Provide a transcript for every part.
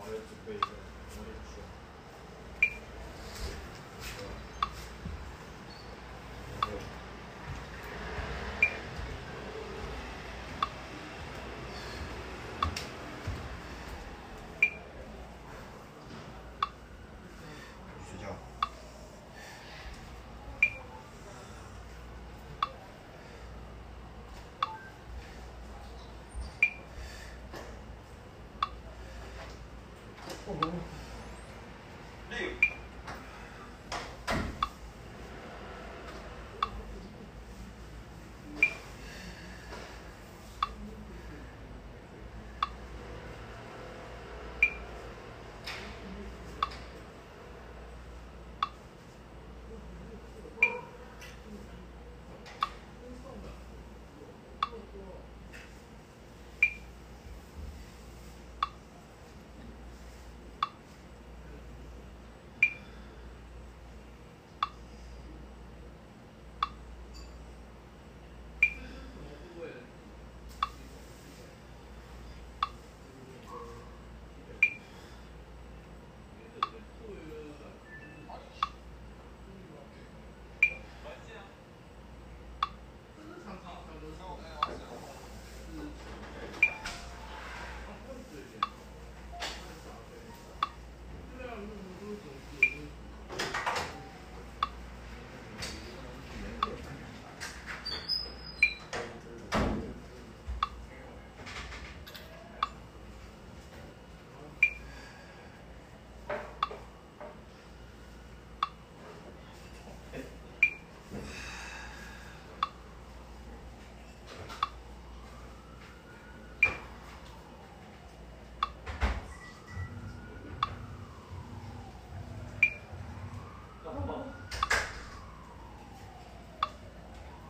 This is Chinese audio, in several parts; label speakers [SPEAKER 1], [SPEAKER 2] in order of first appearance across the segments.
[SPEAKER 1] 我也准备一个，我也吃。然后睡觉。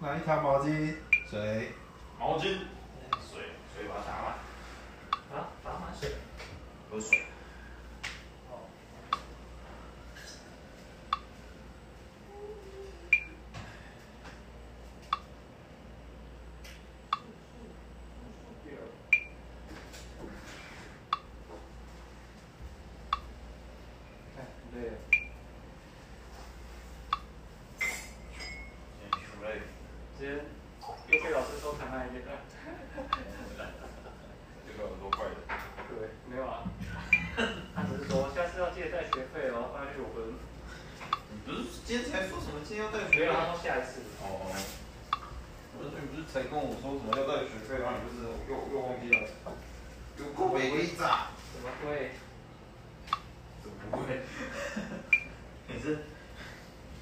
[SPEAKER 2] 拿一条毛巾、水，
[SPEAKER 1] 毛巾、水，水把它打满，
[SPEAKER 3] 啊，打满水。
[SPEAKER 1] 喝水。
[SPEAKER 3] 哦。
[SPEAKER 2] 哎，累了。
[SPEAKER 1] 今天出来，
[SPEAKER 3] 直接又被老师说谈爱恋了。
[SPEAKER 1] 这个耳朵坏的。
[SPEAKER 3] 对，没 有啊。他只是说下次要记得带学费哦，不然就有分。
[SPEAKER 1] 你不是今天才说什么今天要带
[SPEAKER 3] 没
[SPEAKER 1] 水
[SPEAKER 3] 有，啊他
[SPEAKER 1] 吗？
[SPEAKER 3] 说下一次。
[SPEAKER 1] 哦。我说你不是才跟我说什么要带学费吗？你不是又又忘记了？又够没规咋？
[SPEAKER 3] 怎么会？
[SPEAKER 1] 怎么不会？你是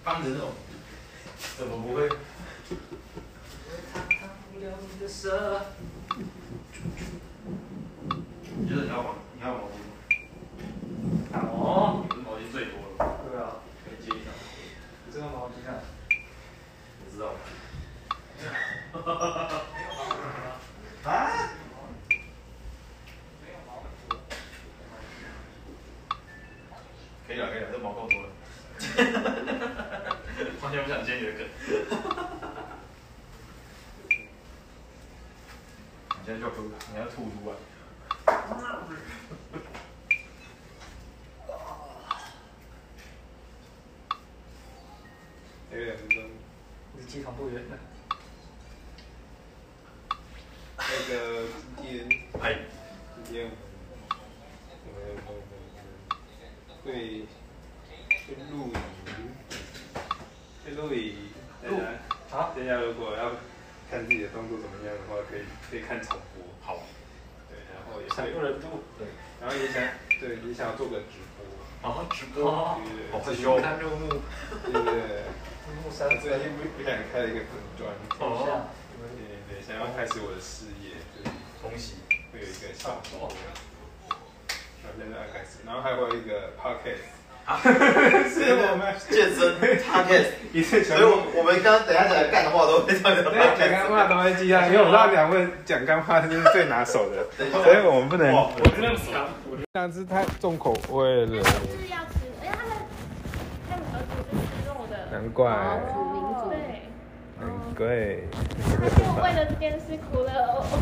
[SPEAKER 1] 帮着弄？怎么不会？
[SPEAKER 3] 的蛇。
[SPEAKER 1] 你觉得你要毛，你要毛巾吗？
[SPEAKER 3] 哦。
[SPEAKER 1] 你是毛巾最多了，
[SPEAKER 3] 对啊，
[SPEAKER 1] 可以借一下。
[SPEAKER 3] 这个毛巾啊。
[SPEAKER 1] 我知道。啊？
[SPEAKER 3] 没有毛
[SPEAKER 1] 可以了，可以了，这毛够多了。完全不想接你的梗。你现在就吐，你要吐出来。
[SPEAKER 2] 还有两分钟。
[SPEAKER 3] 离机场不远了。
[SPEAKER 2] 那个今天，
[SPEAKER 1] 哎，
[SPEAKER 2] 今天我们我们会去露营，去露营。大
[SPEAKER 3] 露
[SPEAKER 2] 家
[SPEAKER 3] 啊
[SPEAKER 2] 大家如果要看自己的动作怎么样的话，可以可以看重播。
[SPEAKER 1] 好，
[SPEAKER 2] 对，然后也
[SPEAKER 3] 想
[SPEAKER 2] 是，
[SPEAKER 3] 用人度。
[SPEAKER 1] 对，
[SPEAKER 2] 然后也想对也想要做个直播，
[SPEAKER 1] 然后直播，
[SPEAKER 3] 哦
[SPEAKER 2] 对
[SPEAKER 1] 好
[SPEAKER 2] 对
[SPEAKER 1] 害羞。
[SPEAKER 3] 看入目，
[SPEAKER 2] 对对对。
[SPEAKER 3] 入目
[SPEAKER 2] 我
[SPEAKER 3] 三
[SPEAKER 2] 最近不不想开了一个粉砖，
[SPEAKER 1] 哦，
[SPEAKER 2] 对对对，想要开始我的事业，就是
[SPEAKER 1] 恭喜。
[SPEAKER 2] 会有一个小目标，然后现在要开始，然后还会有一个 podcast，啊所以我们
[SPEAKER 1] 健身 podcast，
[SPEAKER 2] 一次全
[SPEAKER 1] 所以
[SPEAKER 2] 部。
[SPEAKER 1] 我我们刚刚等一下讲干话都会讲
[SPEAKER 2] 对啊，讲干话都会记下，因为我知道两位讲干话就是最拿手的，所以我们不能。
[SPEAKER 1] 哇
[SPEAKER 3] 我真的不敢，我
[SPEAKER 2] 两只太重口味
[SPEAKER 4] 就
[SPEAKER 2] 了，
[SPEAKER 4] 是要吃，因为他们他们儿子是吃肉的，
[SPEAKER 2] 难怪，
[SPEAKER 4] 对，
[SPEAKER 2] 难怪。
[SPEAKER 4] 他就为了这件事哭了，我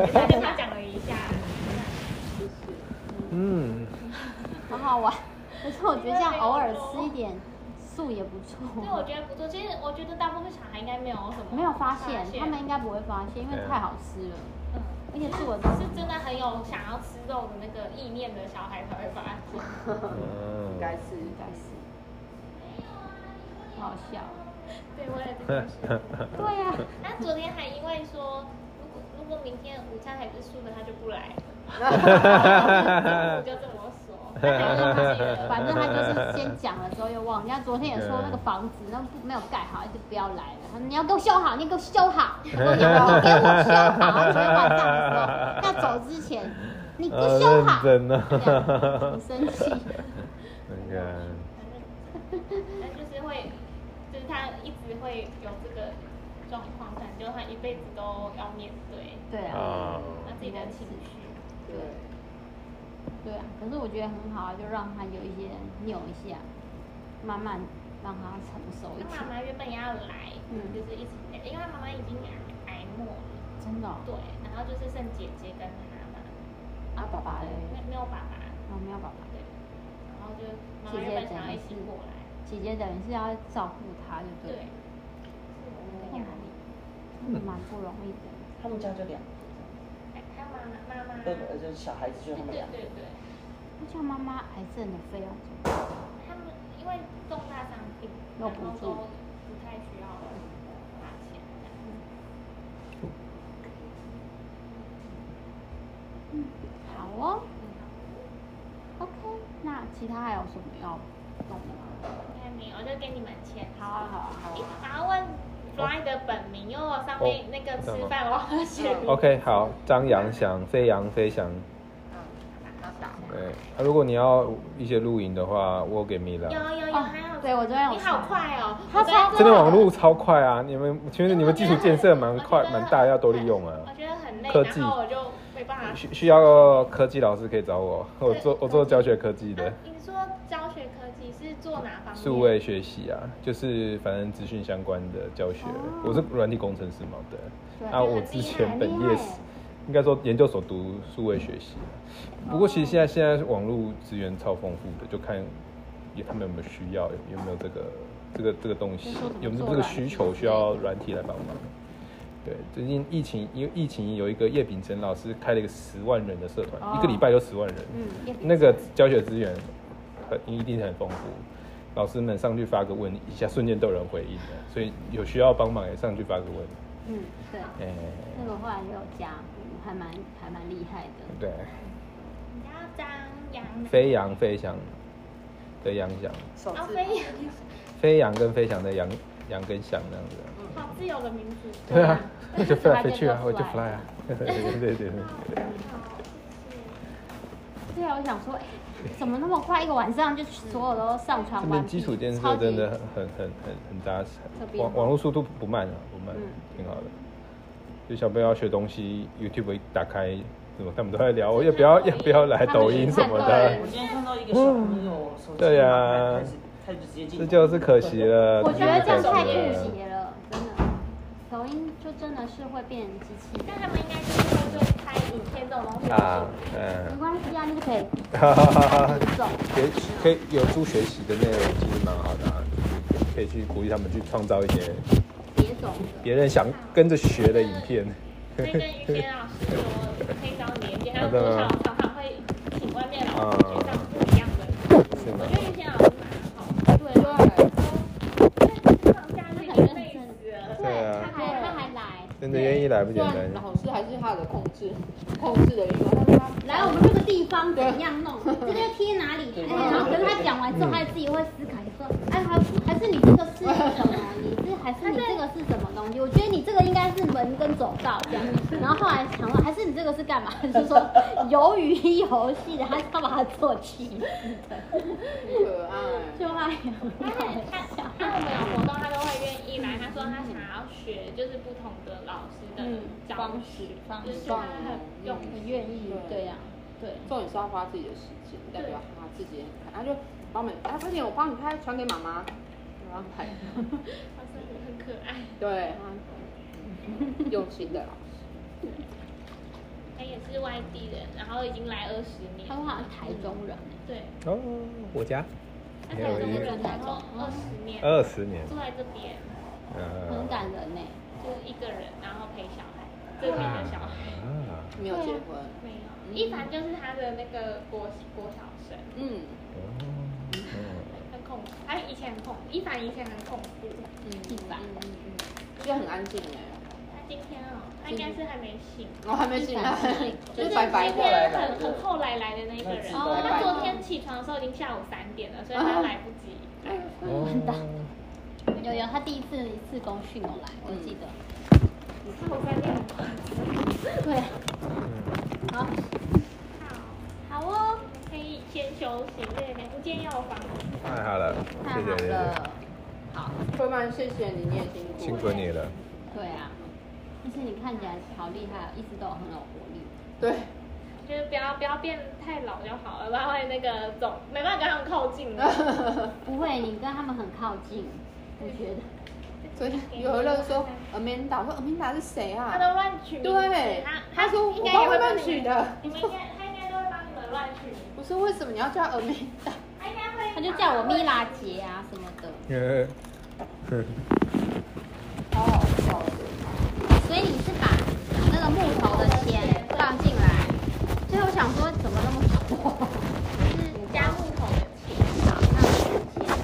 [SPEAKER 4] 我才跟他讲了一下。
[SPEAKER 2] 嗯，
[SPEAKER 5] 很好玩。可是我觉得这样偶尔吃一点素也不
[SPEAKER 4] 对，我
[SPEAKER 5] 错。
[SPEAKER 4] 觉得不错。其实我觉得大部分小孩应该没有什么
[SPEAKER 5] 没有发 现，他们应该不会发现，因为太好吃了，
[SPEAKER 4] 嗯
[SPEAKER 5] 而且是我
[SPEAKER 4] 是真的很有想要吃肉的那个意念的小孩才会发现。
[SPEAKER 2] 嗯
[SPEAKER 6] 该是
[SPEAKER 5] 应该是，好笑。
[SPEAKER 4] 对，我也这么想。
[SPEAKER 5] 对呀、
[SPEAKER 4] 那昨天还因为说，如果如果明天午餐还是素的，他就不来 了。我就这么说。他还是发现了
[SPEAKER 5] 反正他就是先讲了之后又忘。人家昨天也说那个房子那不没有盖好，就不要来了。他说你要给我修好，你给我 修好，我有我给我修好。昨天晚上的时候，要走之前，你给我修好。
[SPEAKER 2] 认真
[SPEAKER 5] 对
[SPEAKER 2] 哦
[SPEAKER 5] 很， 生气。
[SPEAKER 2] 那个
[SPEAKER 4] 那就是会，就是他一直会有这个状况，可能就他一辈子都要面对
[SPEAKER 5] 对啊。
[SPEAKER 2] 啊，
[SPEAKER 4] 他自己的情绪。
[SPEAKER 6] 对，
[SPEAKER 5] 对啊，可是我觉得很好啊，就让他有一些扭一下，慢慢让他成熟一
[SPEAKER 4] 他妈妈原
[SPEAKER 5] 点。
[SPEAKER 4] 本也要来，就是一起，因为他妈妈已经癌癌末了，
[SPEAKER 5] 真的哦、
[SPEAKER 4] 对，然后就是剩姐姐跟他嘛，
[SPEAKER 5] 啊，爸爸嘞？
[SPEAKER 4] 没没有爸爸，
[SPEAKER 5] 我没有爸爸。
[SPEAKER 4] 对，然后就妈妈原本想要一起过来，
[SPEAKER 5] 姐姐等于是要照顾他，就
[SPEAKER 4] 对，
[SPEAKER 5] 对了。
[SPEAKER 4] 是
[SPEAKER 5] 哦
[SPEAKER 4] 有那个压力。
[SPEAKER 5] 嗯，蛮不容易的。
[SPEAKER 6] 他们家就两个，
[SPEAKER 4] 还有妈妈妈妈，
[SPEAKER 6] 对
[SPEAKER 4] 对
[SPEAKER 6] 不，就是小孩子就他
[SPEAKER 4] 对
[SPEAKER 6] 们俩。
[SPEAKER 4] 对对，
[SPEAKER 5] 那像妈妈癌症的费用怎么办？
[SPEAKER 4] 他们因为重大伤病，然后都不太需要花钱。
[SPEAKER 5] 好哦，OK。那其他还有什么要弄的吗？
[SPEAKER 4] 应该没有，就给你们钱。
[SPEAKER 5] 好啊，好啊，好
[SPEAKER 4] 诶
[SPEAKER 5] 啊。
[SPEAKER 4] 然后问 Fly 的本名，因为我上面那个吃饭我要写。
[SPEAKER 2] OK，好，张扬翔，飞扬飞翔。对，啊、如果你要一些录影的话，我给米拉
[SPEAKER 4] 有。啊有有，还有。
[SPEAKER 5] 对我昨天有
[SPEAKER 4] 你好快哦！
[SPEAKER 5] 他超
[SPEAKER 4] 我
[SPEAKER 2] 这边网络超快啊！你们其实你们基础建设蛮快
[SPEAKER 4] 我觉得
[SPEAKER 2] 蛮大，要多利用啊。
[SPEAKER 4] 我觉得很累，
[SPEAKER 2] 科技
[SPEAKER 4] 然后我就没办法。
[SPEAKER 2] 需需要科技老师可以找我，我做我做教学科技的
[SPEAKER 4] 啊你说教学科技是做哪方面？
[SPEAKER 2] 数位学习啊，就是反正资讯相关的教学。
[SPEAKER 5] 哦
[SPEAKER 2] 我是软体工程师嘛，对。
[SPEAKER 5] 对
[SPEAKER 2] 啊，我之前本
[SPEAKER 5] 很厉
[SPEAKER 2] 业
[SPEAKER 5] 害
[SPEAKER 2] 是应该说研究所读数位学习，不过其实现在
[SPEAKER 5] 哦
[SPEAKER 2] 现在网络资源超丰富的，就看也他们有没有需要，有没有这个这个这个东西
[SPEAKER 5] 就说，怎
[SPEAKER 2] 有
[SPEAKER 5] 么
[SPEAKER 2] 没有
[SPEAKER 5] 做
[SPEAKER 2] 这个
[SPEAKER 5] 软
[SPEAKER 2] 需
[SPEAKER 5] 体
[SPEAKER 2] 求
[SPEAKER 5] 之
[SPEAKER 2] 需要
[SPEAKER 5] 类的
[SPEAKER 2] 软体来帮忙。对，最近疫情，因为疫情有一个叶秉辰老师开了一个十万人的社团，一个
[SPEAKER 5] 哦
[SPEAKER 2] 礼拜就十万人，
[SPEAKER 5] 嗯，也
[SPEAKER 2] 那个教学资源很一定很丰富，老师们上去发个问，一下瞬间都有人回应的，所以有需要帮忙也上去发个问。
[SPEAKER 5] 嗯，对，
[SPEAKER 2] 哎、
[SPEAKER 5] 那个后来也有加入，还蛮还蛮厉害的。
[SPEAKER 2] 对，
[SPEAKER 4] 你要张扬吗
[SPEAKER 2] 飞扬飞翔的扬翔，
[SPEAKER 6] 手
[SPEAKER 4] 哦，
[SPEAKER 6] 字
[SPEAKER 4] 飞扬，
[SPEAKER 2] 飞扬跟飞翔的扬扬跟翔那样子。
[SPEAKER 4] 好自由的名字。
[SPEAKER 2] 对啊，我就飞来
[SPEAKER 5] 它就
[SPEAKER 2] 飞去啊，
[SPEAKER 5] 做
[SPEAKER 2] 我就
[SPEAKER 5] fly
[SPEAKER 2] fly 啊，对对对对，
[SPEAKER 5] 对啊，我想说，哎、怎么那么快？一个晚上就所有都上传
[SPEAKER 2] 这
[SPEAKER 5] 完
[SPEAKER 2] 边
[SPEAKER 5] 毕，
[SPEAKER 2] 基础建
[SPEAKER 5] 超
[SPEAKER 2] 设
[SPEAKER 5] 级
[SPEAKER 2] 真的很很很很很扎实
[SPEAKER 5] 特，别
[SPEAKER 2] 网
[SPEAKER 5] 好
[SPEAKER 2] 网络速度不慢啊，不慢
[SPEAKER 5] 嗯，
[SPEAKER 2] 挺好的。就小朋友要学东西，YouTube 一打开，怎么他们都在聊，我要不要要不要来
[SPEAKER 5] 他们
[SPEAKER 2] 抖
[SPEAKER 5] 也
[SPEAKER 2] 音
[SPEAKER 5] 看
[SPEAKER 2] 什么
[SPEAKER 5] 抖
[SPEAKER 2] 的
[SPEAKER 5] 音，
[SPEAKER 6] 我今天看到一个小朋友手机，
[SPEAKER 2] 对呀
[SPEAKER 6] 开始他就直接进，
[SPEAKER 2] 这就是可惜。了。
[SPEAKER 5] 我觉得这
[SPEAKER 2] 可
[SPEAKER 5] 样
[SPEAKER 2] 惜了
[SPEAKER 5] 太御邪了，真的。抖音就真的是会变成机器
[SPEAKER 4] 但他
[SPEAKER 5] 人，
[SPEAKER 4] 们应该就是会对拍影片这种东西
[SPEAKER 2] 啊，
[SPEAKER 5] 没
[SPEAKER 2] 嗯，
[SPEAKER 5] 关系啊，那个可以
[SPEAKER 2] 哈哈哈哈。
[SPEAKER 5] 走。
[SPEAKER 2] 可以可以有助学习的内容，其实蛮好的、啊，可以去鼓励他们去创造一些
[SPEAKER 5] 别走的，
[SPEAKER 2] 别人想跟着学的影片。
[SPEAKER 4] 所以跟于谦老师说，可以找你连接，他们多少常常会请外面老师去上不一样的。
[SPEAKER 2] 是
[SPEAKER 4] 我
[SPEAKER 2] 吗？
[SPEAKER 4] 觉得于谦老师蛮好的，
[SPEAKER 5] 对对
[SPEAKER 4] 他放假就已经累死了。
[SPEAKER 2] 对
[SPEAKER 5] 他
[SPEAKER 2] 啊，
[SPEAKER 5] 还他还来，
[SPEAKER 2] 真的愿意来不
[SPEAKER 7] 虽
[SPEAKER 2] 简
[SPEAKER 7] 然
[SPEAKER 2] 单。
[SPEAKER 7] 老师还是他的控制控制的一个，但是他
[SPEAKER 5] 来我们这个地方怎样弄，这个贴哪里？哎，然后跟他讲完之后，他自己会思考，说，哎，还还是你这个是什么？你这还是你这个是什么东东西。我觉得你这个应该是门跟走道这样。然后后来想说，还是你这个是干嘛？ 就是说鱿鱼游戏的，他他把它做起，
[SPEAKER 7] 可爱。
[SPEAKER 5] 就还
[SPEAKER 4] 他很他他我们有活动，他都会愿意来。他说他想要学就是不同的老师的教
[SPEAKER 5] 方式
[SPEAKER 4] 学，
[SPEAKER 5] 嗯方
[SPEAKER 4] 就
[SPEAKER 5] 式
[SPEAKER 4] 是他很用
[SPEAKER 5] 很
[SPEAKER 4] 心。
[SPEAKER 5] 愿意，对呀、对。
[SPEAKER 7] 重点是要花自己的时间，代表他自己也很开，他就帮我们，哎，快点，我帮你拍，传给妈妈，妈妈拍。
[SPEAKER 4] 他说很可爱，
[SPEAKER 7] 对，他用心的老师。
[SPEAKER 4] 他也是外地人，然后已经来二十年
[SPEAKER 5] 他说
[SPEAKER 4] 了。
[SPEAKER 5] 好像台中人，
[SPEAKER 4] 对，
[SPEAKER 2] 哦，我家
[SPEAKER 4] 他台中
[SPEAKER 2] 没有
[SPEAKER 4] 人，然后二十年
[SPEAKER 2] 二十年，
[SPEAKER 4] 住在这边，
[SPEAKER 5] 很
[SPEAKER 2] 呃，
[SPEAKER 5] 感人呢、
[SPEAKER 4] 就一个人，然后陪小孩，这边的小孩
[SPEAKER 2] 啊，
[SPEAKER 7] 没有结婚，
[SPEAKER 4] 没有。一凡就是他的那个国国小生，
[SPEAKER 7] 嗯
[SPEAKER 2] 哦
[SPEAKER 4] 很恐怖。他以前很恐，一凡以前很恐怖。
[SPEAKER 7] 嗯，
[SPEAKER 5] 一百
[SPEAKER 7] 嗯嗯嗯，就很安静哎，
[SPEAKER 4] 他今天哦，他应该是还没醒。
[SPEAKER 7] 我还没醒来，
[SPEAKER 4] 就
[SPEAKER 7] 就是白白
[SPEAKER 4] 今
[SPEAKER 7] 的，
[SPEAKER 4] 天很很后来来的那个人，
[SPEAKER 5] 哦
[SPEAKER 4] 他昨天起床的时候已经下午三点了，所以他来不及。
[SPEAKER 2] 哦，
[SPEAKER 5] 有有，他第一次一次公训我来，我记得。
[SPEAKER 4] 下午三点很快。
[SPEAKER 5] 对，好，好哦，
[SPEAKER 4] 可以先休息，对对对，不建议药房。
[SPEAKER 2] 太好了，
[SPEAKER 5] 太
[SPEAKER 2] 谢
[SPEAKER 5] 好
[SPEAKER 2] 谢谢谢，
[SPEAKER 5] 了。好，
[SPEAKER 7] 慧曼，谢谢你，你也辛苦，
[SPEAKER 2] 辛苦你了，
[SPEAKER 5] 对啊，但是你看起来好厉害，一直都很有活力。
[SPEAKER 7] 对，
[SPEAKER 4] 就是不要不要变太老就好了，不然会那个走，没办法跟他们靠近 了。
[SPEAKER 5] 不会，你跟他们很靠近，我觉得。
[SPEAKER 7] 所以有人说 Amanda，说 Amanda 是谁
[SPEAKER 4] 他
[SPEAKER 7] 啊？
[SPEAKER 4] 都乱取名字，
[SPEAKER 7] 对
[SPEAKER 4] 他，
[SPEAKER 7] 他说
[SPEAKER 4] 应
[SPEAKER 7] 我
[SPEAKER 4] 该
[SPEAKER 7] 帮
[SPEAKER 4] 也会
[SPEAKER 7] 慧
[SPEAKER 4] 帮
[SPEAKER 7] 曼
[SPEAKER 4] 你
[SPEAKER 7] 取
[SPEAKER 4] 们，
[SPEAKER 7] 的，
[SPEAKER 4] 你们应该他应该都会帮你们乱取名字，
[SPEAKER 7] 我说为什么你要叫 Amanda？
[SPEAKER 4] 他应该会。
[SPEAKER 5] 他就叫我蜜拉姐啊什么的，
[SPEAKER 2] 呃，哼
[SPEAKER 7] 好好笑的，
[SPEAKER 5] 所以你是把那个木头的钱放进来，所以我想说怎么那么多？
[SPEAKER 4] 就是加木头的钱。
[SPEAKER 5] 好，那我先切。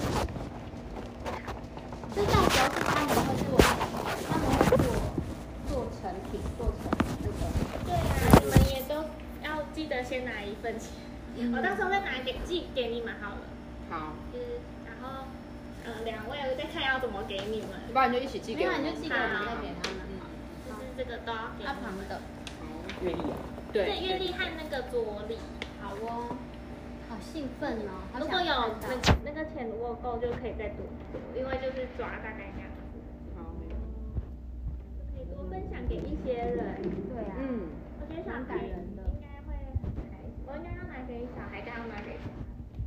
[SPEAKER 5] 所以到时候是他们会做，他们会做做成品，做成那个。
[SPEAKER 4] 对啊，你们也都要记得先拿一份钱，我到时候再拿给寄给你们好了。
[SPEAKER 7] 嗯好，
[SPEAKER 4] 嗯，然后呃，两位我再看要怎么给你们，
[SPEAKER 7] 要不然你就一起寄
[SPEAKER 5] 没
[SPEAKER 7] 给
[SPEAKER 5] 有啊
[SPEAKER 7] 我，
[SPEAKER 5] 你就寄给我们再给他们。
[SPEAKER 4] 就是这个都要给你
[SPEAKER 5] 阿
[SPEAKER 4] 们。
[SPEAKER 7] 嗯
[SPEAKER 5] 庞的，
[SPEAKER 6] 阅历啊，
[SPEAKER 4] 对，
[SPEAKER 7] 对，
[SPEAKER 4] 月历和那个桌历。好哦，
[SPEAKER 5] 好兴奋哦！好
[SPEAKER 4] 如
[SPEAKER 5] 想
[SPEAKER 4] 果有那
[SPEAKER 5] 看到
[SPEAKER 4] 个那个钱如果够就可以再多做，因为就是抓大概这样，
[SPEAKER 7] 好，
[SPEAKER 4] 可以多分享给一些人。
[SPEAKER 5] 对啊，
[SPEAKER 7] 嗯，
[SPEAKER 4] 我觉得小孩应该会很开心，我应该要买给小孩，刚要买给小孩。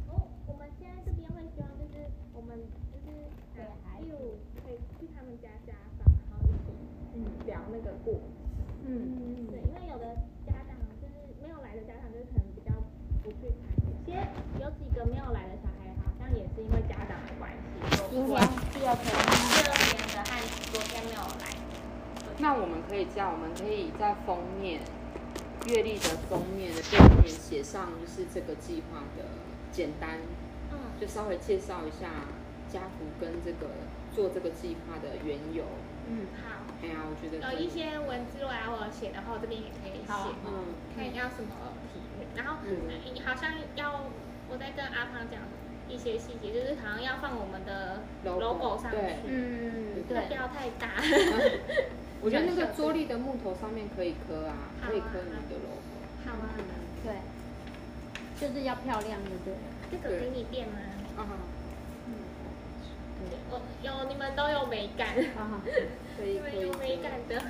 [SPEAKER 4] 哦，我们现在这边会希望就是我们就是给孩子可以去他们家家访，然后一起嗯聊那个过。
[SPEAKER 5] 嗯，
[SPEAKER 4] 对，因为有的家长就是没有来的家长就是可能比较不去参与，有些有几个没有来的小孩好像也是因为家长的关系，就
[SPEAKER 5] 今
[SPEAKER 4] 过来
[SPEAKER 5] 天第二天。
[SPEAKER 4] 第二天的和昨天没有来的。
[SPEAKER 7] 那我们可以这样，我们可以在封面阅历的封面的背面写上，就是这个计划的简单，
[SPEAKER 4] 嗯，
[SPEAKER 7] 就稍微介绍一下家福跟这个做这个计划的缘由。
[SPEAKER 5] 嗯
[SPEAKER 4] 好。
[SPEAKER 7] 哎呀，我觉得可
[SPEAKER 4] 有
[SPEAKER 7] 以
[SPEAKER 4] 一些文字如果要我写的话，我这边也可以写，
[SPEAKER 5] 好啊
[SPEAKER 7] 嗯，
[SPEAKER 4] 看要什么题目。然后、
[SPEAKER 7] 嗯
[SPEAKER 4] 好像要我在跟阿胖讲一些细节，就是好像要放我们的
[SPEAKER 7] Logo，
[SPEAKER 4] logo 上
[SPEAKER 7] 对
[SPEAKER 4] 去，
[SPEAKER 5] 嗯，
[SPEAKER 4] 那
[SPEAKER 5] 对
[SPEAKER 4] 不。要太大。
[SPEAKER 7] 我觉得那个桌立的木头上面可以刻啊，
[SPEAKER 4] 好啊
[SPEAKER 7] 可以刻你的 logo。
[SPEAKER 4] 好啊，
[SPEAKER 5] 对，就是要漂亮，对不对？
[SPEAKER 4] 这个给你变吗？
[SPEAKER 7] 啊，
[SPEAKER 4] 我有，你们都有美感，
[SPEAKER 5] 啊，
[SPEAKER 7] 可
[SPEAKER 4] 你
[SPEAKER 7] 以
[SPEAKER 4] 们
[SPEAKER 7] 可以
[SPEAKER 4] 有美
[SPEAKER 7] 可以
[SPEAKER 4] 感的。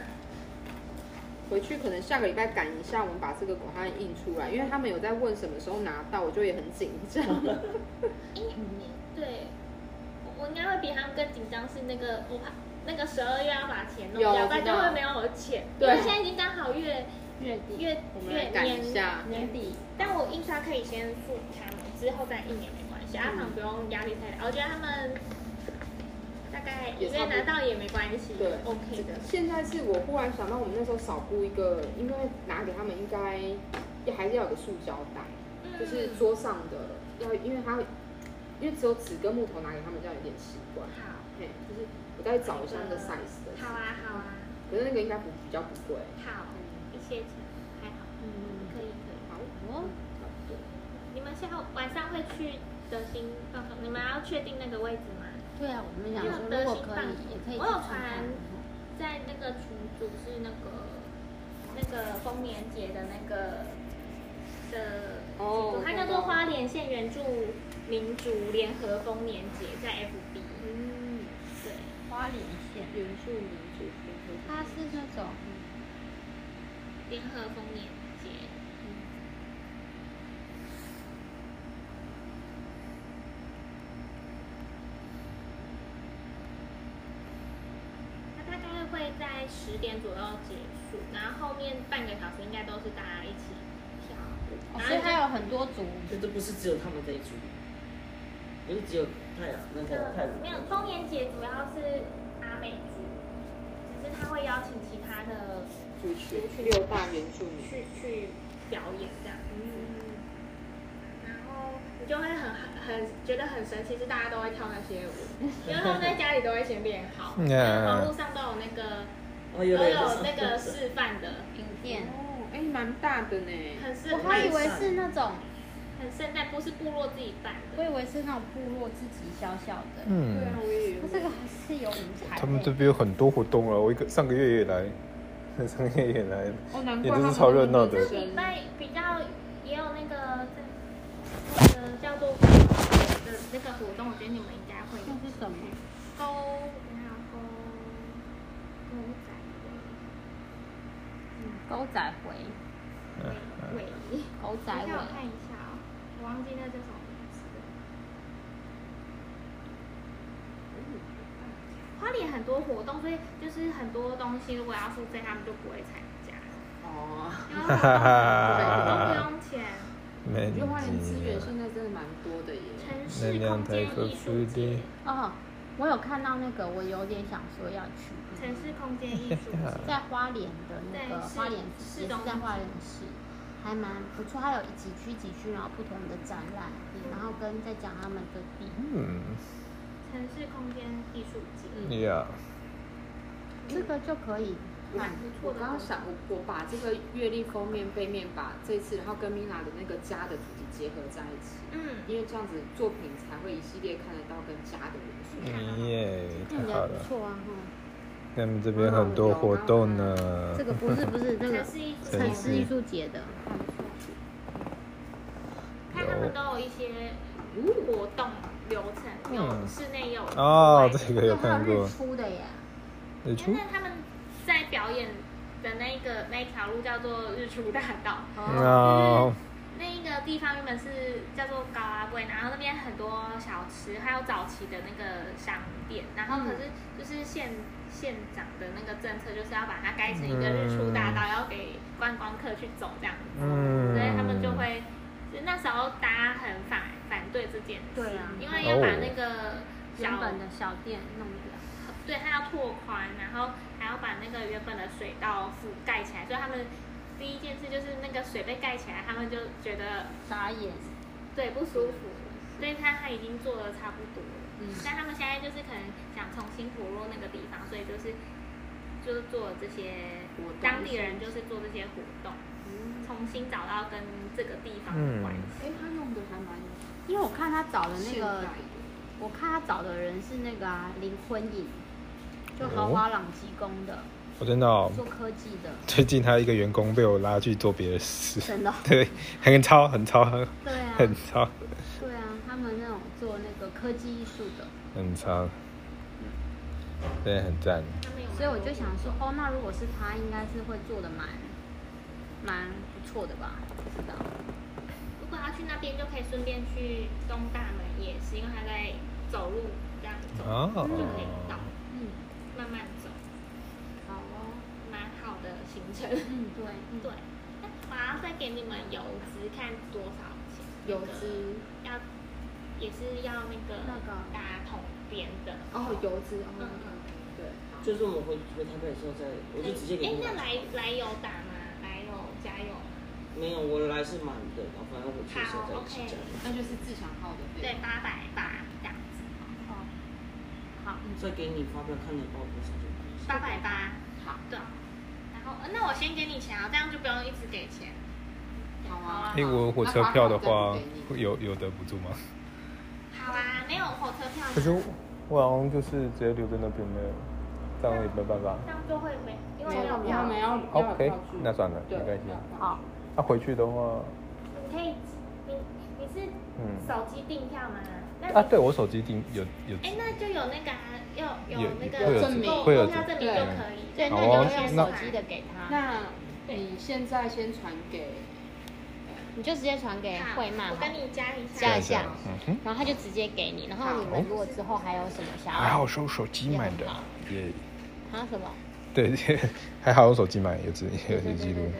[SPEAKER 7] 回去可能下个礼拜赶一下，我们把这个档案印出来，因为他们有在问什么时候拿到，我就也很紧张。
[SPEAKER 4] 因对，我我应该会比他们更紧张，是那个我怕那个十二月要把钱弄
[SPEAKER 7] 有
[SPEAKER 4] 掉，
[SPEAKER 7] 我
[SPEAKER 4] 不然
[SPEAKER 7] 知
[SPEAKER 4] 就
[SPEAKER 7] 道
[SPEAKER 4] 会没有钱。
[SPEAKER 7] 对
[SPEAKER 4] 因为现在已经刚好月
[SPEAKER 5] 月底，
[SPEAKER 4] 月
[SPEAKER 7] 我们来
[SPEAKER 4] 月
[SPEAKER 7] 赶
[SPEAKER 4] 年
[SPEAKER 7] 一下
[SPEAKER 5] 年底，
[SPEAKER 4] 但我印刷可以先付他们，之后再印也没关
[SPEAKER 7] 嗯
[SPEAKER 4] 系，阿胖不用压力太大。我觉得他们大概一
[SPEAKER 7] 也
[SPEAKER 4] 个月
[SPEAKER 7] 差不
[SPEAKER 4] 拿
[SPEAKER 7] 多
[SPEAKER 4] 到也没关系，
[SPEAKER 7] 对
[SPEAKER 4] ，OK 的。
[SPEAKER 7] 现在是我忽然想到，我们那时候少布一个，因为拿给他们应该也还是要有个塑胶袋，就是
[SPEAKER 4] 嗯
[SPEAKER 7] 桌上的要，因为它因为只有纸跟木头拿给他们，这样有点奇怪。
[SPEAKER 4] 好，
[SPEAKER 7] 嘿，就是我再找一下那个 size 的，
[SPEAKER 4] 好啊，好啊，
[SPEAKER 7] 可是那个应该不比较不贵。
[SPEAKER 4] 好，一些钱还好，
[SPEAKER 5] 嗯，
[SPEAKER 4] 可以可以。
[SPEAKER 7] 好，嗯
[SPEAKER 5] 哦，
[SPEAKER 4] 你们下午晚上会去呃德兴放松，你们要确定那个位置吗？
[SPEAKER 5] 对啊，我们想说如果可以，也可以去
[SPEAKER 4] 我有
[SPEAKER 5] 看看
[SPEAKER 4] 传在那个群组是那个那个丰年节的那个的
[SPEAKER 7] 哦
[SPEAKER 4] 群组它
[SPEAKER 7] 我
[SPEAKER 4] 叫
[SPEAKER 7] 懂
[SPEAKER 4] 做花莲县原住民族联合丰年节，在 FB。
[SPEAKER 7] 嗯，
[SPEAKER 4] 对，
[SPEAKER 5] 花莲县，
[SPEAKER 7] 原住民族联合国
[SPEAKER 5] 它是那种
[SPEAKER 4] 嗯联合丰年节。它大概会在十点左右结束，然后后面半个小时应该都是大家一起跳舞。
[SPEAKER 5] 哦
[SPEAKER 4] 然
[SPEAKER 5] 所以
[SPEAKER 4] 后
[SPEAKER 5] 它有很多族。
[SPEAKER 6] 这都不是只有他们这一组，不是只有泰雅那
[SPEAKER 4] 这
[SPEAKER 6] 个泰鲁
[SPEAKER 4] 没有丰年节主要是阿美族，只是他会邀请其他的
[SPEAKER 7] 族群六大原住民。
[SPEAKER 4] 去去表演这样。然后你就会很很觉得很神奇，是大家都会跳那些舞，因为他们在家里都会先练好，
[SPEAKER 2] 嗯
[SPEAKER 4] 网络上都有那个
[SPEAKER 6] 哦，
[SPEAKER 4] 都
[SPEAKER 6] 有的有
[SPEAKER 4] 有
[SPEAKER 6] 的
[SPEAKER 4] 那个示范的，
[SPEAKER 5] 品店，
[SPEAKER 7] 哦，哎，蛮大的呢。
[SPEAKER 2] 嗯
[SPEAKER 4] 很是
[SPEAKER 5] 我还以为是那种，
[SPEAKER 4] 很圣诞，不是部落自己办
[SPEAKER 5] 我
[SPEAKER 4] 的。
[SPEAKER 5] 以为是那种部落自己小小的，
[SPEAKER 7] 对啊
[SPEAKER 2] 嗯，，
[SPEAKER 7] 我也有
[SPEAKER 5] 它。这个还是有舞台的。
[SPEAKER 2] 他们这边有很多活动啊，我一个上个月也来，上个月也来，
[SPEAKER 7] 哦，难
[SPEAKER 2] 也
[SPEAKER 7] 怪
[SPEAKER 2] 真是
[SPEAKER 7] 他们
[SPEAKER 2] 超热闹的
[SPEAKER 7] 那么
[SPEAKER 4] 这
[SPEAKER 7] 认
[SPEAKER 4] 礼
[SPEAKER 7] 真
[SPEAKER 4] 拜比较也有那个那个叫做的那个活动，我觉得你们应该会有
[SPEAKER 5] 那是什么？
[SPEAKER 4] 勾，然后勾仔
[SPEAKER 5] 狗仔回，
[SPEAKER 2] 啊
[SPEAKER 4] 尾尾尾，
[SPEAKER 5] 狗仔
[SPEAKER 4] 等一下我看
[SPEAKER 5] 尾，
[SPEAKER 4] 一下哦，我忘记那叫什么名字了。花莲很多活动，所以就是很多东西，如果要付费，他们就不会参加，
[SPEAKER 7] 哦，
[SPEAKER 4] 因为活动都不用钱。
[SPEAKER 2] 没
[SPEAKER 7] 我觉得花莲资
[SPEAKER 2] 劲。
[SPEAKER 7] 源现在真的蛮多的耶。
[SPEAKER 4] 城
[SPEAKER 2] 能
[SPEAKER 4] 市
[SPEAKER 2] 量
[SPEAKER 4] 空
[SPEAKER 2] 太
[SPEAKER 4] 间
[SPEAKER 2] 可
[SPEAKER 4] 艺术
[SPEAKER 2] 惜
[SPEAKER 4] 嗯节
[SPEAKER 2] 的，，
[SPEAKER 5] 哦，我有看到那个，我有点想说要去，
[SPEAKER 4] 嗯城市空间艺术节。
[SPEAKER 5] 在花莲的那个
[SPEAKER 4] 在市
[SPEAKER 5] 花莲
[SPEAKER 4] 市
[SPEAKER 5] 也是
[SPEAKER 4] 中
[SPEAKER 5] 在
[SPEAKER 4] 心
[SPEAKER 5] 花莲市，还蛮不错。它有几区几区，然后不同的展览，然后跟在讲他们的地。
[SPEAKER 2] 嗯
[SPEAKER 4] 城市空间艺术节，
[SPEAKER 2] ，Yeah，
[SPEAKER 5] 这个就可以嗯看
[SPEAKER 7] 蛮。不错的。我刚刚想，我我把这个月历封面背面把这次，然后跟 Mina 的那个家的主题结合在一起，
[SPEAKER 4] 嗯，
[SPEAKER 7] 因为这样子作品才会一系列看得到跟家的元素。
[SPEAKER 2] 嗯耶，太
[SPEAKER 5] 看起
[SPEAKER 2] 好
[SPEAKER 5] 来不
[SPEAKER 2] 了。
[SPEAKER 5] 错啊，哈。
[SPEAKER 2] 他们这边很多活动呢
[SPEAKER 5] 这，个不是不是那个
[SPEAKER 4] 城市艺术
[SPEAKER 2] 城
[SPEAKER 5] 城
[SPEAKER 4] 节，
[SPEAKER 5] 市艺术节的，
[SPEAKER 4] 看他们都有一些活动流程，有
[SPEAKER 2] 嗯
[SPEAKER 4] 室内 也有
[SPEAKER 2] 哦，
[SPEAKER 4] 室外的
[SPEAKER 2] 这个有
[SPEAKER 5] 对，还有
[SPEAKER 2] 看过
[SPEAKER 5] 日，出的耶。
[SPEAKER 2] 日
[SPEAKER 4] 哎
[SPEAKER 2] 出，
[SPEAKER 4] 那他们在表演的那个那一条路叫做日出大道，
[SPEAKER 2] 啊，
[SPEAKER 5] 哦
[SPEAKER 4] 那一个地方原本是叫做高阿贵，然后那边很多小吃，还有早期的那个商店，然后可是就是县县长的那个政策就是要把它改成一个日出大道，要给观光客去走这样子，
[SPEAKER 2] 嗯
[SPEAKER 4] 所以他们就会。就那时候大家很反反对这件事，
[SPEAKER 5] 对啊
[SPEAKER 4] 因为要把
[SPEAKER 2] 哦
[SPEAKER 4] 那个小
[SPEAKER 5] 哦原本的小店弄掉。
[SPEAKER 4] 对，它要拓宽，然后还要把那个原本的水道覆盖起来，所以他们第一件事就是那个水被盖起来，他们就觉得
[SPEAKER 5] 眨眼，
[SPEAKER 4] 对不舒服，
[SPEAKER 5] 嗯
[SPEAKER 4] 所以他他已经做的差不多了，
[SPEAKER 7] 嗯
[SPEAKER 4] 但他们现在就是可能想重新活络那个地方，所以就是就是做这些
[SPEAKER 7] 活动
[SPEAKER 4] 当地人就是做这些活动，
[SPEAKER 5] 嗯
[SPEAKER 4] 重新找到跟这个地方的
[SPEAKER 2] 嗯
[SPEAKER 4] 关系。
[SPEAKER 7] 嗯哎，他用的还蛮
[SPEAKER 5] 因为我看他找的那
[SPEAKER 7] 现代
[SPEAKER 5] 个
[SPEAKER 7] 的，。
[SPEAKER 5] 我看他找的人是那个啊林坤颖，
[SPEAKER 2] 哦
[SPEAKER 5] 就豪华朗基工的，
[SPEAKER 2] 我真的哦，
[SPEAKER 5] 做科技的，
[SPEAKER 2] 最近他一个员工被我拉去做别的事，
[SPEAKER 5] 真的哦，
[SPEAKER 2] 对，很超，很超，很
[SPEAKER 5] 对啊，
[SPEAKER 2] 很超，
[SPEAKER 5] 对啊，他们那种做那个科技艺术的，
[SPEAKER 2] 很超，对，很赞。
[SPEAKER 4] 他们有蛮
[SPEAKER 5] 嗯所以我
[SPEAKER 4] 多
[SPEAKER 5] 就想说，哦，那如果是他，应该是会做的蛮蛮不错的吧？不知道，
[SPEAKER 4] 如果要去那边，就可以顺便去东大门夜市，因为它在走路这样走，
[SPEAKER 2] 哦
[SPEAKER 4] 就可以到，
[SPEAKER 5] 嗯，
[SPEAKER 4] 慢慢走，
[SPEAKER 5] 好哦，
[SPEAKER 4] 蛮好的行程。
[SPEAKER 5] 嗯，对，嗯
[SPEAKER 4] 对，那我要再给你们邮资看多少钱？
[SPEAKER 7] 油脂
[SPEAKER 4] 要也是要那个
[SPEAKER 5] 那个
[SPEAKER 4] 打桶边的。
[SPEAKER 7] 哦，油脂
[SPEAKER 4] 嗯
[SPEAKER 7] 哦，对，
[SPEAKER 6] 就是我们回回台北的时候再，我就直接给
[SPEAKER 4] 哎
[SPEAKER 6] 你，
[SPEAKER 4] 那
[SPEAKER 6] 买。
[SPEAKER 4] 来来油打吗？来油加油。
[SPEAKER 6] 没有，我来是满的，然后反正我去的时候再
[SPEAKER 4] 好
[SPEAKER 6] 一
[SPEAKER 4] ，OK
[SPEAKER 6] 起讲。
[SPEAKER 7] 那就是自强号的
[SPEAKER 4] 对，八百八这样子，
[SPEAKER 6] 再给你发票，看你报多少就可以。
[SPEAKER 4] 八百八。
[SPEAKER 7] 好，
[SPEAKER 4] 对。然后，呃那我先给你钱啊，这样就不用一直给钱。
[SPEAKER 7] 好啊。
[SPEAKER 2] 哎、我火车票的话，会有有得补助吗？
[SPEAKER 4] 好啊，没有火车票。
[SPEAKER 2] 可是我好像就是直接留在那边的，这样也没办法。
[SPEAKER 4] 这样就会没，因为
[SPEAKER 7] 没
[SPEAKER 4] 没
[SPEAKER 7] 有
[SPEAKER 4] 有
[SPEAKER 7] 没有
[SPEAKER 4] 票，
[SPEAKER 7] 没有
[SPEAKER 2] OK，那算了没关系
[SPEAKER 5] 好，
[SPEAKER 2] 那、回去的话，
[SPEAKER 4] 你可以，你你是
[SPEAKER 2] 嗯，
[SPEAKER 4] 手机订票吗？那你
[SPEAKER 2] 啊，对我手机订有有，
[SPEAKER 4] 哎，那就有那个啊，有
[SPEAKER 2] 有
[SPEAKER 4] 有那
[SPEAKER 2] 有
[SPEAKER 4] 个
[SPEAKER 7] 证明
[SPEAKER 4] 购
[SPEAKER 2] 会有
[SPEAKER 4] 购票证明
[SPEAKER 7] 对
[SPEAKER 4] 就可以。
[SPEAKER 5] 对，
[SPEAKER 2] 好
[SPEAKER 5] 那
[SPEAKER 2] 啊
[SPEAKER 5] 你就用
[SPEAKER 4] 那
[SPEAKER 5] 手机的给他，
[SPEAKER 7] 那你现在先传给
[SPEAKER 5] 你就直接传给
[SPEAKER 4] 好
[SPEAKER 5] 惠曼
[SPEAKER 4] 我
[SPEAKER 5] 好
[SPEAKER 4] 跟
[SPEAKER 5] 了，
[SPEAKER 4] 你加一
[SPEAKER 5] 加
[SPEAKER 4] 下
[SPEAKER 5] 一。下，
[SPEAKER 2] 嗯哼，
[SPEAKER 5] 然后他就直接给你，然后你
[SPEAKER 2] 好
[SPEAKER 5] 们如果之后还有什么想
[SPEAKER 2] 还好
[SPEAKER 5] 要，
[SPEAKER 2] 是用手机买的，也
[SPEAKER 5] 啊什么？
[SPEAKER 2] 对， 也还好用手机买，有记有
[SPEAKER 5] 对对
[SPEAKER 2] 有记
[SPEAKER 5] 对
[SPEAKER 2] 录
[SPEAKER 5] 对。对。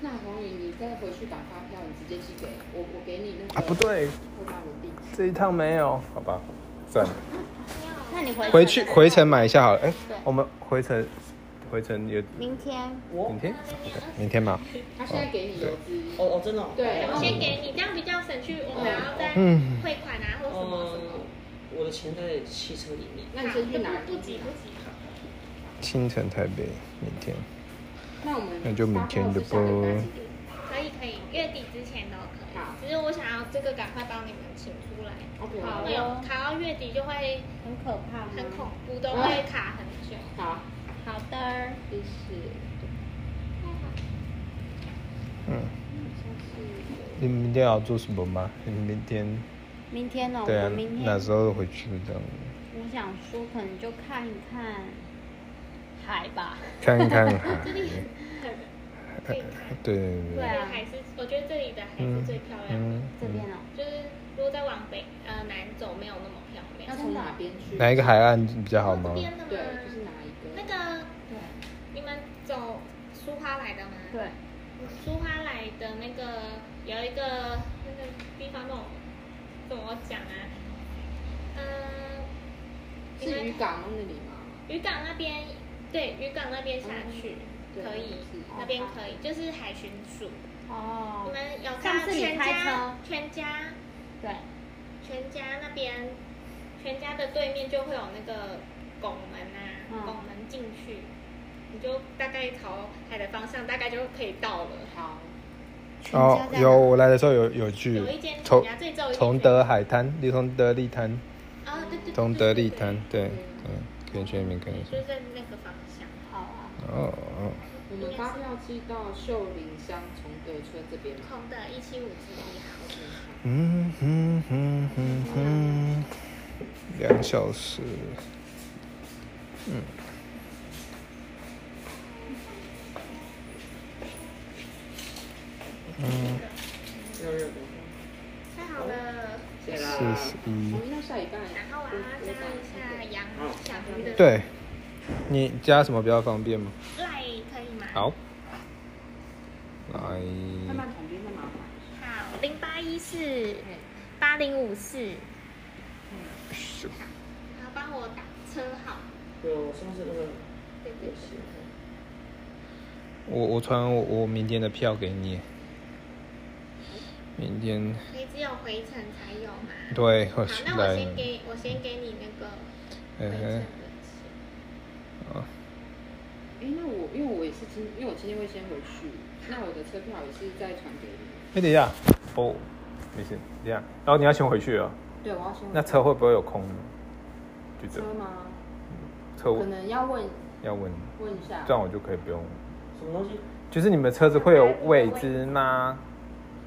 [SPEAKER 7] 那红宇，你再回去打发票，你直接寄给我，我给你那个
[SPEAKER 2] 啊，不对，
[SPEAKER 7] 我把我弟。
[SPEAKER 2] 这一趟没有，好吧，算了，
[SPEAKER 5] 那你回
[SPEAKER 2] 回去回程买一下好了。哎、
[SPEAKER 5] 对
[SPEAKER 2] 我们回程回程有
[SPEAKER 5] 明天
[SPEAKER 2] 明天，OK，明天嘛，
[SPEAKER 7] 他现在给你邮资，
[SPEAKER 6] 哦哦，真的、哦。
[SPEAKER 7] 对，
[SPEAKER 4] 我先给你，这样比较省去我们还要再
[SPEAKER 2] 嗯
[SPEAKER 4] 汇款啊，或什
[SPEAKER 5] 哦
[SPEAKER 4] 么什么。
[SPEAKER 6] 嗯，我的钱在汽车里面。
[SPEAKER 7] 那你先去拿
[SPEAKER 4] 好。就不不急不急。
[SPEAKER 2] 清晨台北，明天
[SPEAKER 7] 那我们
[SPEAKER 2] 那就明天的吧
[SPEAKER 7] 发票是下礼
[SPEAKER 4] 可以可
[SPEAKER 7] 拜几点
[SPEAKER 4] 以，月底之前都可
[SPEAKER 7] 好
[SPEAKER 4] 以。只是我想要这个赶快帮你们请出来，
[SPEAKER 7] OK，
[SPEAKER 5] 好哦
[SPEAKER 4] 会有卡到月底就会
[SPEAKER 5] 很可怕嗯吗
[SPEAKER 4] 很恐怖，都会卡很久。
[SPEAKER 7] 好，
[SPEAKER 5] 好的，
[SPEAKER 7] 谢谢。
[SPEAKER 2] 嗯，你们明天要做什么吗？你们明天
[SPEAKER 5] 明天哦，
[SPEAKER 2] 对啊
[SPEAKER 5] 我明，
[SPEAKER 2] 哪
[SPEAKER 5] 天
[SPEAKER 2] 时候回去这样？
[SPEAKER 5] 我想说可能就看一看海吧，
[SPEAKER 2] 看一看海，
[SPEAKER 4] 可以
[SPEAKER 2] 对对
[SPEAKER 4] 对
[SPEAKER 2] 对，
[SPEAKER 4] 海是，我觉得这里的海是
[SPEAKER 2] 嗯
[SPEAKER 4] 最漂亮的。
[SPEAKER 2] 嗯，
[SPEAKER 5] 这边哦，
[SPEAKER 4] 就是如果再往北呃南走，没有那么漂亮。
[SPEAKER 7] 要从哪边去？
[SPEAKER 2] 哪一个海岸比较好吗
[SPEAKER 4] 这？边的吗？
[SPEAKER 7] 对，就是哪一
[SPEAKER 4] 那
[SPEAKER 7] 个？
[SPEAKER 4] 个
[SPEAKER 5] 对
[SPEAKER 4] 你们走苏花来的吗？，
[SPEAKER 5] 对，
[SPEAKER 4] 苏花来的那个有一个那个地方那种怎么讲啊？嗯，你
[SPEAKER 7] 是
[SPEAKER 4] 们
[SPEAKER 7] 渔港那里吗？
[SPEAKER 4] 渔港那边，对，渔港那边下去。
[SPEAKER 7] 对
[SPEAKER 4] 可以
[SPEAKER 7] 是，
[SPEAKER 4] 那边可以，就是海巡署。你
[SPEAKER 5] 哦，
[SPEAKER 4] 们有
[SPEAKER 5] 上
[SPEAKER 4] 看
[SPEAKER 5] 次你
[SPEAKER 4] 全
[SPEAKER 5] 开
[SPEAKER 4] 家
[SPEAKER 5] 车
[SPEAKER 4] 全家
[SPEAKER 5] 对，
[SPEAKER 4] 全家那边，全家的对面就会有那个拱门啊，
[SPEAKER 5] 嗯
[SPEAKER 4] 拱门进去，你就大概朝海的方向，大概就可以到了。
[SPEAKER 7] 好，
[SPEAKER 5] 全
[SPEAKER 2] 哦
[SPEAKER 5] 家，在
[SPEAKER 2] 有
[SPEAKER 5] 哪
[SPEAKER 2] 我来的时候有有去
[SPEAKER 4] 有一间全
[SPEAKER 2] 崇
[SPEAKER 4] 家，这里只有一
[SPEAKER 2] 嗯
[SPEAKER 4] 间
[SPEAKER 2] 崇德海滩，离崇德利滩，
[SPEAKER 4] 全家啊，对对对，
[SPEAKER 2] 崇德利
[SPEAKER 4] 立
[SPEAKER 2] 滩，对对，可以去那边看一下
[SPEAKER 4] 就。在那个方向。
[SPEAKER 5] 好啊，
[SPEAKER 2] 哦哦，
[SPEAKER 7] 我们发票寄到秀林乡崇德村这边吗？
[SPEAKER 4] 空的，一七五之一号。
[SPEAKER 2] 嗯哼哼哼哼，两小时，
[SPEAKER 6] 要热的。
[SPEAKER 4] 太好了，
[SPEAKER 7] 谢啦。
[SPEAKER 2] 四十一
[SPEAKER 7] 我。们要哦下礼拜。
[SPEAKER 4] 然后我要加一下羊小鱼的
[SPEAKER 2] 对，你加什么比较方便吗？
[SPEAKER 4] 赖可以吗？，
[SPEAKER 2] 好，来，
[SPEAKER 7] 慢慢统计会麻烦。
[SPEAKER 4] 好，零八一四八零五四，
[SPEAKER 2] 咻
[SPEAKER 4] 然后帮我打车号。
[SPEAKER 6] 对，我上次那个
[SPEAKER 4] 对对
[SPEAKER 6] 也
[SPEAKER 4] 对。
[SPEAKER 6] 是。
[SPEAKER 2] 我我传我我明天的票给你，明天
[SPEAKER 4] 你只有回程才有吗？
[SPEAKER 2] 对，我，
[SPEAKER 4] 好
[SPEAKER 2] 呃是
[SPEAKER 4] 那我
[SPEAKER 2] 来，
[SPEAKER 4] 先给我先给你那个回程的
[SPEAKER 2] 嗯
[SPEAKER 4] 钱。
[SPEAKER 2] 哼，
[SPEAKER 7] 哎，那我因为我也是今，因为我今天会先回去，那我的车票也是再传给你。
[SPEAKER 2] 哎，等一下，哦，没事，等一下，然后你要先回去啊，
[SPEAKER 7] 对，我要先回去。
[SPEAKER 2] 那车会不会有空呢？就这
[SPEAKER 7] 车吗？
[SPEAKER 2] 车
[SPEAKER 7] 可能要问
[SPEAKER 2] 要问，
[SPEAKER 7] 问一下
[SPEAKER 2] 这。样我就可以不用，
[SPEAKER 6] 什么东西？
[SPEAKER 2] 就是你们车子会有位置吗？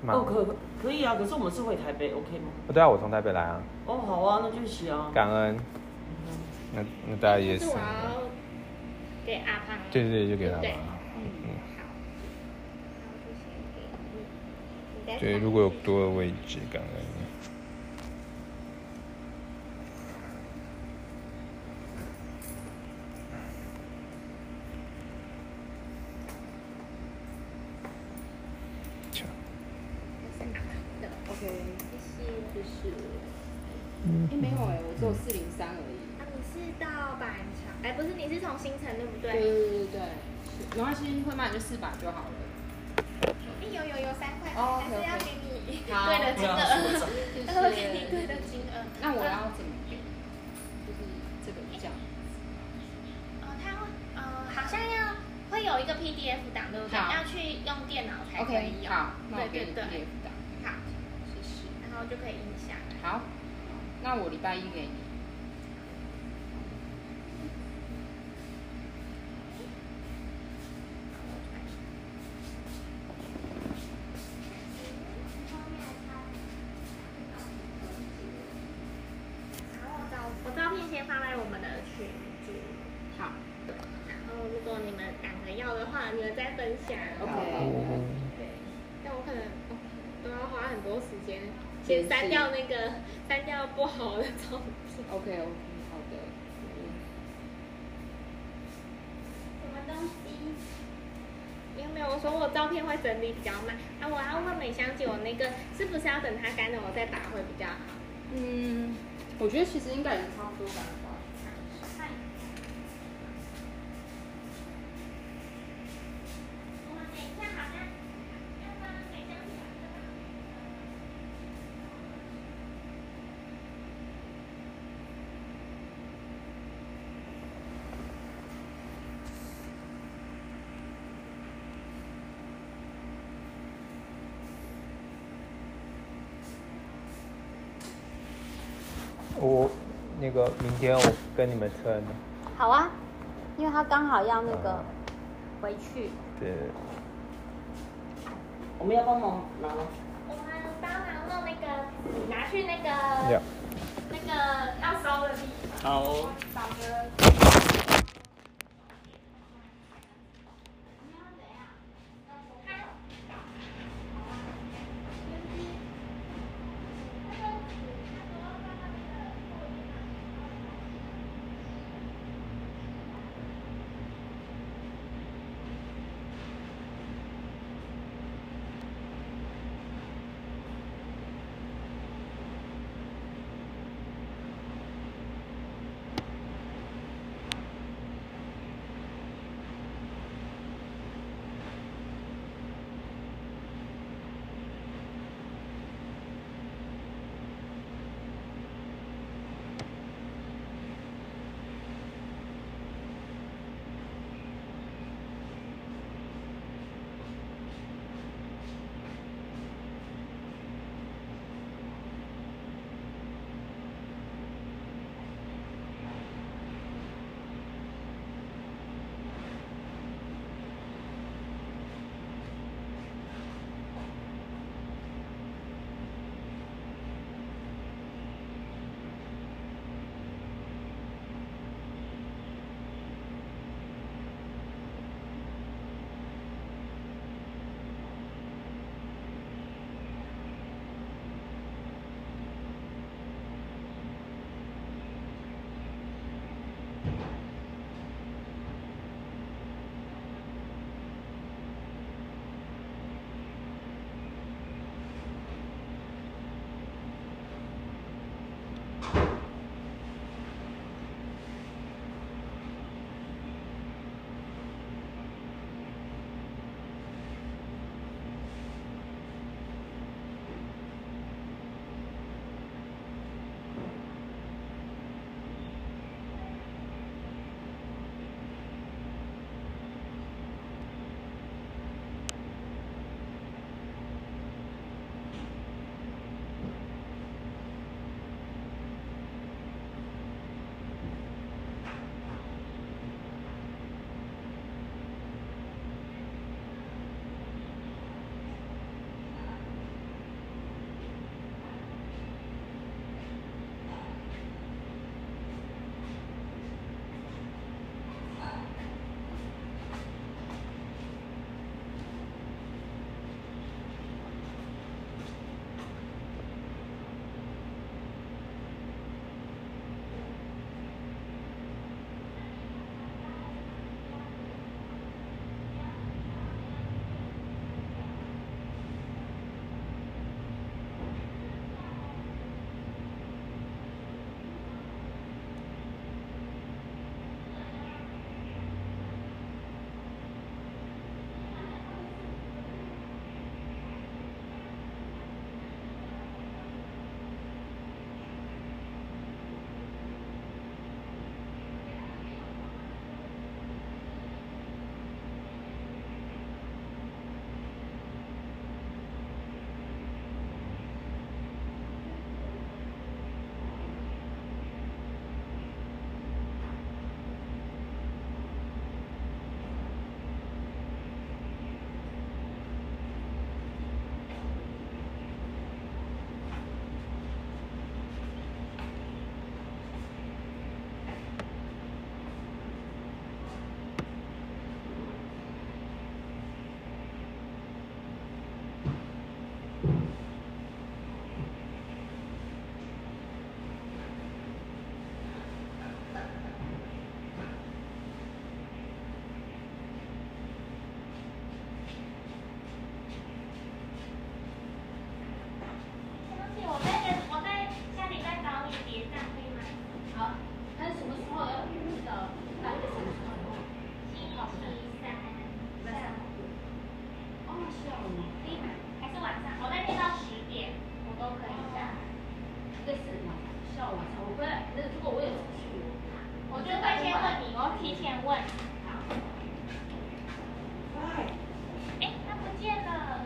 [SPEAKER 2] 吗
[SPEAKER 6] 哦，可可以啊，可是我们是回台北，OK 吗？
[SPEAKER 2] 不对啊，我从台北来啊，
[SPEAKER 6] 哦，好啊，那就一起啊。
[SPEAKER 2] 感恩，那那大家哎也
[SPEAKER 4] 就是是。我要给阿胖。
[SPEAKER 2] 对对对，就给他
[SPEAKER 4] 对
[SPEAKER 2] 吧。
[SPEAKER 4] 好，那我就先给你你再
[SPEAKER 2] 对，
[SPEAKER 4] 看
[SPEAKER 2] 如果有多的位置，感恩你。
[SPEAKER 4] 这是哪个的？
[SPEAKER 7] OK，
[SPEAKER 4] 就是
[SPEAKER 7] 就是。
[SPEAKER 2] 嗯
[SPEAKER 7] 哎，没有哎，我只有四零三而已。
[SPEAKER 4] 啊，你是到板桥？哎，不是，你是从新城对不对？
[SPEAKER 7] 对对对对对，没关系，会卖就四百就好了。
[SPEAKER 4] 哎，有有有三块，
[SPEAKER 7] 哦
[SPEAKER 4] 还是要给你
[SPEAKER 7] 好
[SPEAKER 4] 对的金额，
[SPEAKER 7] 谢
[SPEAKER 4] 但是会给 你对的
[SPEAKER 7] 谢。
[SPEAKER 4] 金额。
[SPEAKER 7] 那我要怎么给？就是这个这样。
[SPEAKER 4] 哦，它会，呃，好像要会有一个 PDF 档，对不对？
[SPEAKER 7] 好
[SPEAKER 4] 要去用电脑才可以
[SPEAKER 7] OK，
[SPEAKER 4] 用。
[SPEAKER 7] 好，那我
[SPEAKER 4] 对对
[SPEAKER 7] 给你
[SPEAKER 4] 对，
[SPEAKER 7] PDF 档，
[SPEAKER 4] 好，
[SPEAKER 7] 谢谢。
[SPEAKER 4] 然后就可以印下来。
[SPEAKER 7] 好，那我礼拜一给你。
[SPEAKER 4] 法，你们再分享。
[SPEAKER 7] OK，
[SPEAKER 4] 对，但我可能、哦都要花很多时间，先删掉那个删掉不好的照片。
[SPEAKER 7] OK，OK，好的。嗯
[SPEAKER 4] 什么东西？因为没有，我说我照片会整理比较慢啊，我要问美香姐，我那个是不是要等它干了我再打会比较好？
[SPEAKER 7] 嗯，我觉得其实应该也差不多吧。
[SPEAKER 4] 我们等一下好像要帮美香姐把这个
[SPEAKER 8] 我哦那个明天我跟你们吃完了。
[SPEAKER 5] 好啊，因为他刚好要那个回去，
[SPEAKER 8] 啊对，
[SPEAKER 6] 我们要帮忙拿吗？
[SPEAKER 4] 我们帮忙弄那个纸，拿去那个
[SPEAKER 2] Yeah
[SPEAKER 4] 那个要收的地方。
[SPEAKER 6] 好
[SPEAKER 4] 我
[SPEAKER 6] 哦
[SPEAKER 4] 找个。
[SPEAKER 5] 哎、
[SPEAKER 9] 呃哦这是晚上哦晚上我回来，那如果我有出去，
[SPEAKER 4] 我就会先问你，我提前问。哎，它不见了。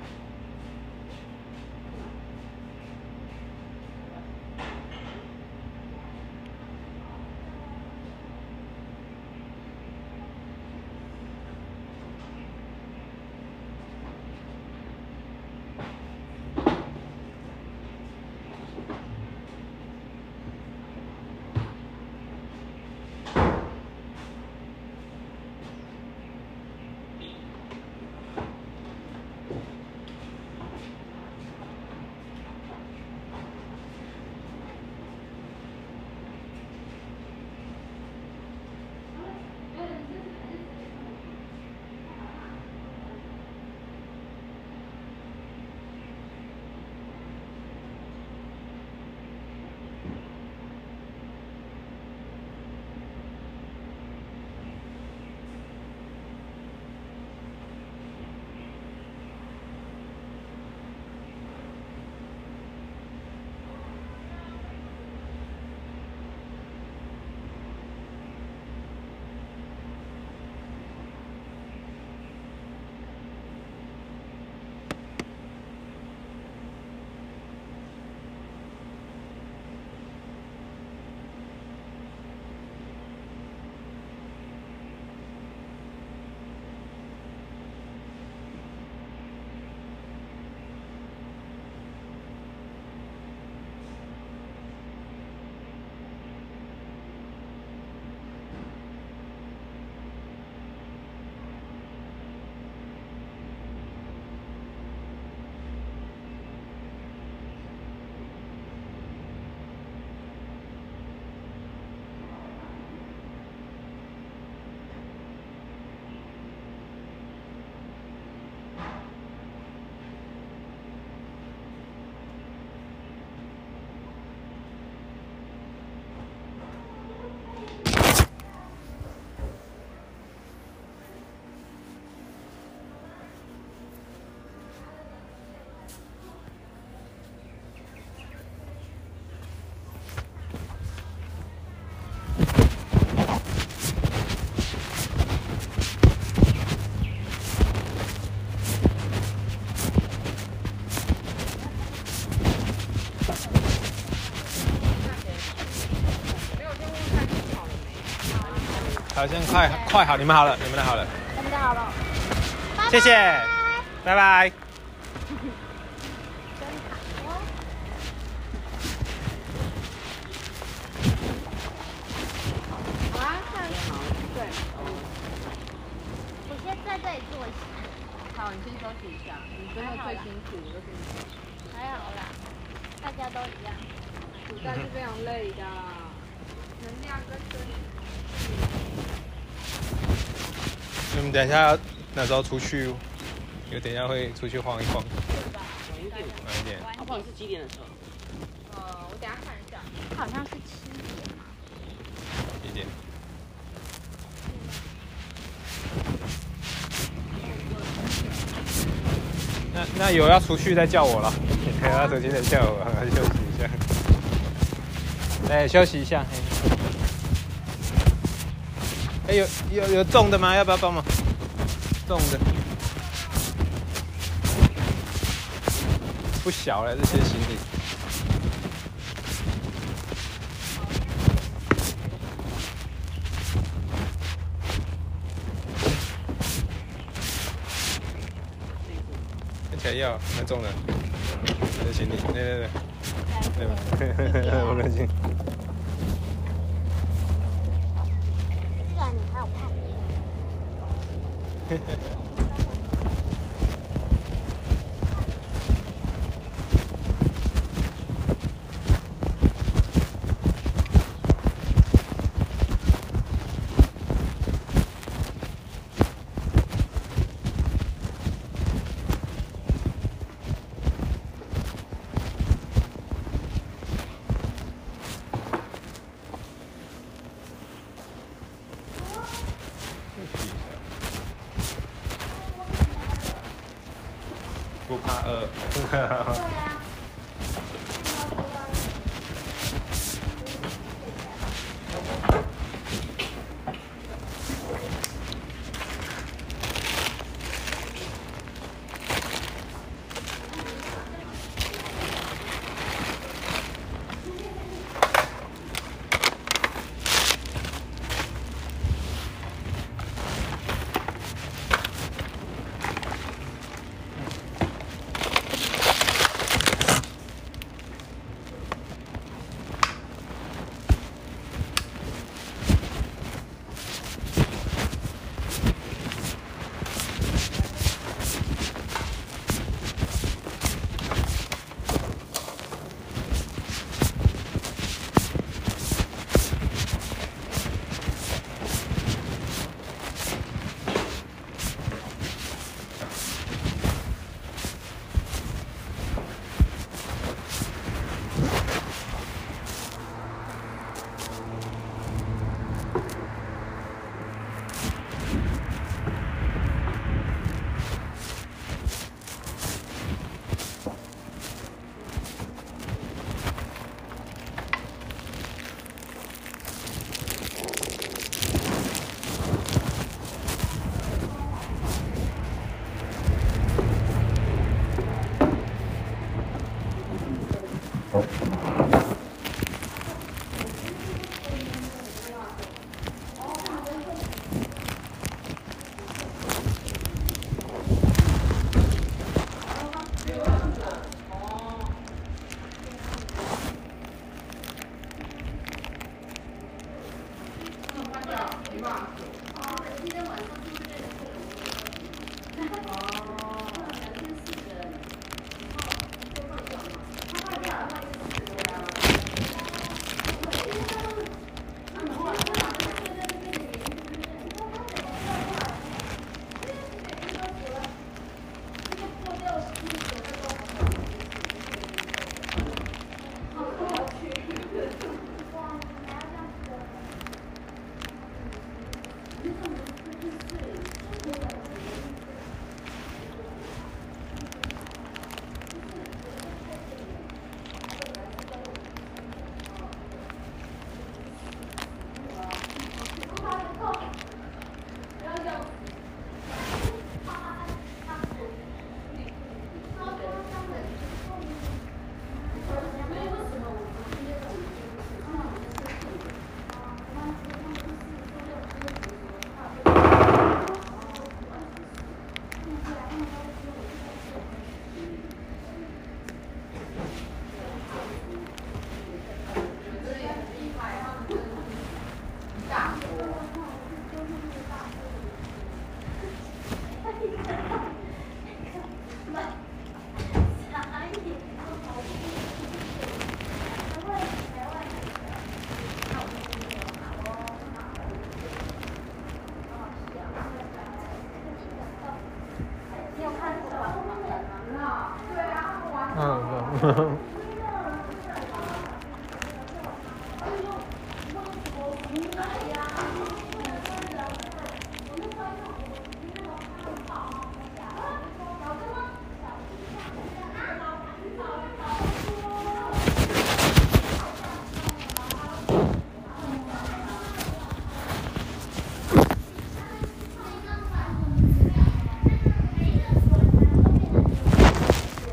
[SPEAKER 2] 好，现在快快好，你们好了，你们的好了，
[SPEAKER 5] 真的好了，
[SPEAKER 2] 谢谢，拜拜。
[SPEAKER 7] 好啊，看好，对，
[SPEAKER 4] 我先在这里坐一下，
[SPEAKER 7] 好，你先休息一下，你真的最辛苦就是你，
[SPEAKER 4] 还好啦，大家都一样。
[SPEAKER 7] 暑假是非常累的，能量跟身体。
[SPEAKER 2] 你们等一下那时候出去，有等一下会出去晃一晃，
[SPEAKER 6] 晚一点，
[SPEAKER 2] 晚一点。
[SPEAKER 6] 阿胖你是几点的时候？
[SPEAKER 7] 呃，我等下看一下。
[SPEAKER 5] 好像是七点。
[SPEAKER 2] 一点。那那有要出去再叫我了， 有要出去再叫我，我要 休息一下。哎，休息一下。哎，哎有有有重的吗？要不要帮忙？重的。不小了，这些行李。看起来要蛮重的，我的行李，来来来，对吧？ 我的行，
[SPEAKER 4] 这个你还有看？
[SPEAKER 2] 不怕饿。
[SPEAKER 4] 对啊。